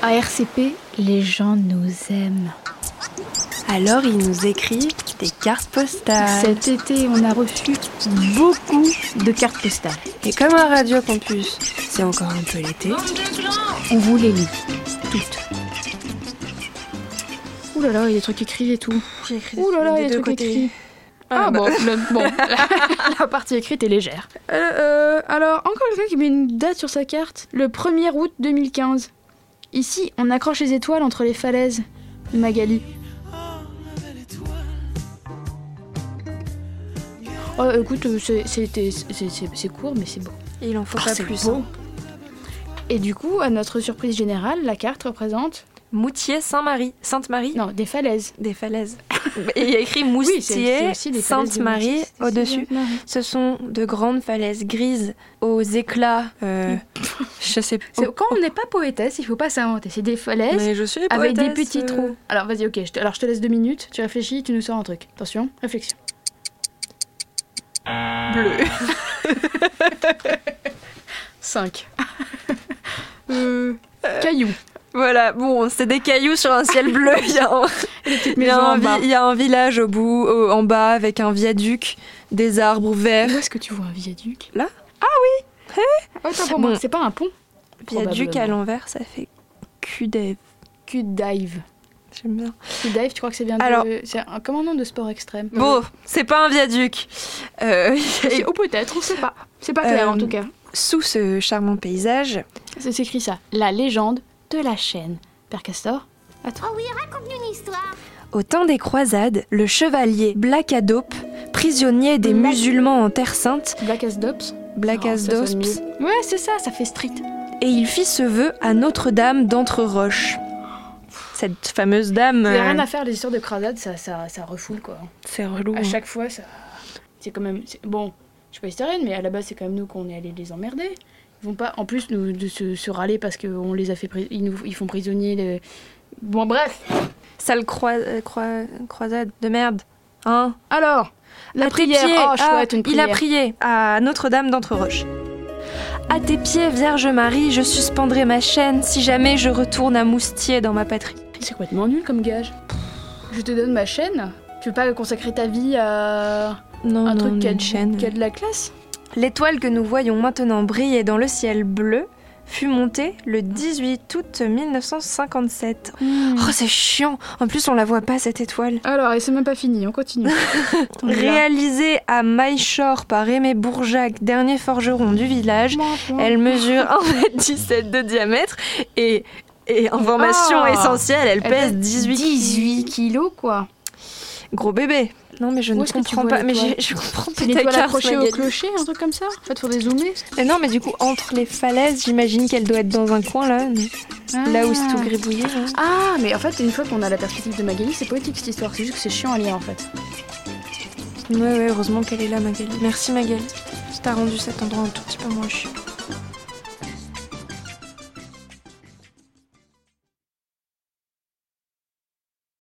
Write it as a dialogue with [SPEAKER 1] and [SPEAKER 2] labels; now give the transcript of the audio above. [SPEAKER 1] À RCP, les gens nous aiment.
[SPEAKER 2] Alors il nous écrit des cartes postales.
[SPEAKER 1] Cet été, on a reçu beaucoup de cartes postales.
[SPEAKER 2] Et comme à Radio Campus, c'est encore un peu l'été.
[SPEAKER 1] On vous les lit toutes. Ouh là là, il y a des trucs écrits et tout. Ouh là là, il y a des trucs écrits. Ah, bon, le- bon. la partie écrite est légère.
[SPEAKER 3] bah. Euh, euh, alors, encore quelqu'un qui met une date sur sa carte. Le 1er août 2015. Ici, on accroche les étoiles entre les falaises. Magali. Oh, écoute, euh, c'est- c'était- c'est c'est- c'est court, mais Ah, c'est beau.
[SPEAKER 2] Il en faut
[SPEAKER 1] Oh,
[SPEAKER 2] pas
[SPEAKER 1] c'est
[SPEAKER 2] plus.
[SPEAKER 1] beau.
[SPEAKER 2] hein.
[SPEAKER 3] Et du coup, à notre surprise générale, la carte représente.
[SPEAKER 2] Moutier Saint-Marie, Sainte-Marie,
[SPEAKER 3] Non, des falaises.
[SPEAKER 2] des falaises. Et il y a écrit
[SPEAKER 3] c'est
[SPEAKER 2] Moustier
[SPEAKER 3] aussi des falaises de
[SPEAKER 2] Sainte-Marie
[SPEAKER 3] Moutier, c'est- euh,
[SPEAKER 2] au-dessus.
[SPEAKER 3] c'est bien.
[SPEAKER 2] Ce sont de grandes falaises grises aux éclats. euh, je sais pas.
[SPEAKER 3] C'est- Quand on n'est pas poétesse, il faut pas s'inventer. C'est des falaises
[SPEAKER 2] Mais je suis
[SPEAKER 3] Avec des
[SPEAKER 2] poétesse,
[SPEAKER 3] petits
[SPEAKER 2] euh,
[SPEAKER 3] trous. Alors vas-y, ok, je te, alors, je te laisse deux minutes, tu réfléchis, tu nous sors un truc. Attention, réflexion.
[SPEAKER 2] bleus.
[SPEAKER 3] 5. euh, caillou.
[SPEAKER 2] Voilà, bon, c'est des cailloux sur un ciel bleu. Il y a un, il y a
[SPEAKER 3] maisons
[SPEAKER 2] un
[SPEAKER 3] en
[SPEAKER 2] vi-
[SPEAKER 3] bas.
[SPEAKER 2] il y a un village au bout, au- en bas, avec un viaduc, des arbres verts.
[SPEAKER 3] Où est-ce que tu vois un viaduc
[SPEAKER 2] Là
[SPEAKER 3] Ah oui Attends, pour moi,
[SPEAKER 2] Bon.
[SPEAKER 3] c'est pas un pont
[SPEAKER 2] Viaduc à
[SPEAKER 3] Probablement.
[SPEAKER 2] l'envers, ça fait QDF.
[SPEAKER 3] Q-dive.
[SPEAKER 2] J'aime bien.
[SPEAKER 3] Q-dive, tu crois que c'est bien de-
[SPEAKER 2] Alors-
[SPEAKER 3] C'est un- comme un nom de sport extrême.
[SPEAKER 2] Bon, c'est pas un viaduc. Euh,
[SPEAKER 3] C'est- Ou peut-être, on sait pas. C'est pas clair
[SPEAKER 2] Euh,
[SPEAKER 3] en tout cas.
[SPEAKER 2] sous ce charmant paysage,
[SPEAKER 3] Ça s'écrit ça. La légende de la chaîne. Père Castor à toi.
[SPEAKER 2] au temps des croisades, le chevalier Blackadope, prisonnier des musulmans en Terre Sainte,
[SPEAKER 3] Black as Dops. Oh, Mm. ça
[SPEAKER 2] Blackasdosp,
[SPEAKER 3] sonne mieux. Ouais, c'est ça, ça fait street.
[SPEAKER 2] et il fit ce vœu à Notre-Dame d'Entre-Roches. Cette fameuse dame.
[SPEAKER 3] Il y a rien
[SPEAKER 2] euh,
[SPEAKER 3] à faire, les histoires de croisade, ça, ça, ça refoule quoi.
[SPEAKER 2] C'est relou.
[SPEAKER 3] À
[SPEAKER 2] hein.
[SPEAKER 3] chaque fois, ça. C'est quand même. c'est- Bon, je suis pas historienne, mais à la base, c'est quand même nous qu'on est allés les emmerder. Ils vont pas, en plus, nous de se, se râler parce qu'on les a fait. pris- Ils nous ils font prisonniers. les- Bon, bref.
[SPEAKER 2] Sale croi- euh, croi- croisade de merde. Hein
[SPEAKER 3] Alors, la
[SPEAKER 2] À tes
[SPEAKER 3] prière.
[SPEAKER 2] pieds.
[SPEAKER 3] Oh, chouette,
[SPEAKER 2] Ah,
[SPEAKER 3] une
[SPEAKER 2] Il a
[SPEAKER 3] prière.
[SPEAKER 2] prié à Notre-Dame d'Entre-Roches. À tes pieds, Vierge Marie, je suspendrai ma chaîne si jamais je retourne à Moustier dans ma patrie.
[SPEAKER 3] c'est complètement nul comme gage. Je te donne ma chaîne. Tu veux pas consacrer ta vie à
[SPEAKER 2] Non,
[SPEAKER 3] un
[SPEAKER 2] non,
[SPEAKER 3] truc
[SPEAKER 2] on
[SPEAKER 3] qui a,
[SPEAKER 2] une chaîne.
[SPEAKER 3] qui a de la classe
[SPEAKER 2] L'étoile que nous voyons maintenant briller dans le ciel bleu fut montée le 18 août 1957.
[SPEAKER 3] Mm.
[SPEAKER 2] Oh, c'est chiant En plus, on la voit pas, cette étoile.
[SPEAKER 3] Alors, et c'est même pas fini, on continue. On est là.
[SPEAKER 2] Réalisée à Maillechort par Aimé Bourjac, dernier forgeron du village, Elle mesure 1m17 de diamètre et, et information
[SPEAKER 3] Ah
[SPEAKER 2] essentielle, elle
[SPEAKER 3] Elle
[SPEAKER 2] pèse
[SPEAKER 3] pèse
[SPEAKER 2] 18
[SPEAKER 3] 18
[SPEAKER 2] kilos.
[SPEAKER 3] kilos, quoi.
[SPEAKER 2] Gros bébé. Non mais je
[SPEAKER 3] Où
[SPEAKER 2] ne
[SPEAKER 3] est-ce que tu
[SPEAKER 2] comprends
[SPEAKER 3] vois
[SPEAKER 2] pas, mais
[SPEAKER 3] l'étoile
[SPEAKER 2] je, je comprends pas
[SPEAKER 3] C'est
[SPEAKER 2] ta
[SPEAKER 3] l'étoile
[SPEAKER 2] carte.
[SPEAKER 3] accrochée au
[SPEAKER 2] Magali.
[SPEAKER 3] clocher, un truc comme ça En fait, faut dézoomer.
[SPEAKER 2] Et non mais du coup, entre les falaises, j'imagine qu'elle doit être dans un coin là, là où c'est tout gribouillé. hein. là.
[SPEAKER 3] Ah, mais en fait, une fois qu'on a la perspective de Magali, c'est poétique cette histoire. C'est juste que c'est chiant à lire en fait.
[SPEAKER 2] Ouais ouais, heureusement qu'elle est là Magali. Merci Magali. Ça t'a rendu cet endroit un tout petit peu moins chiant.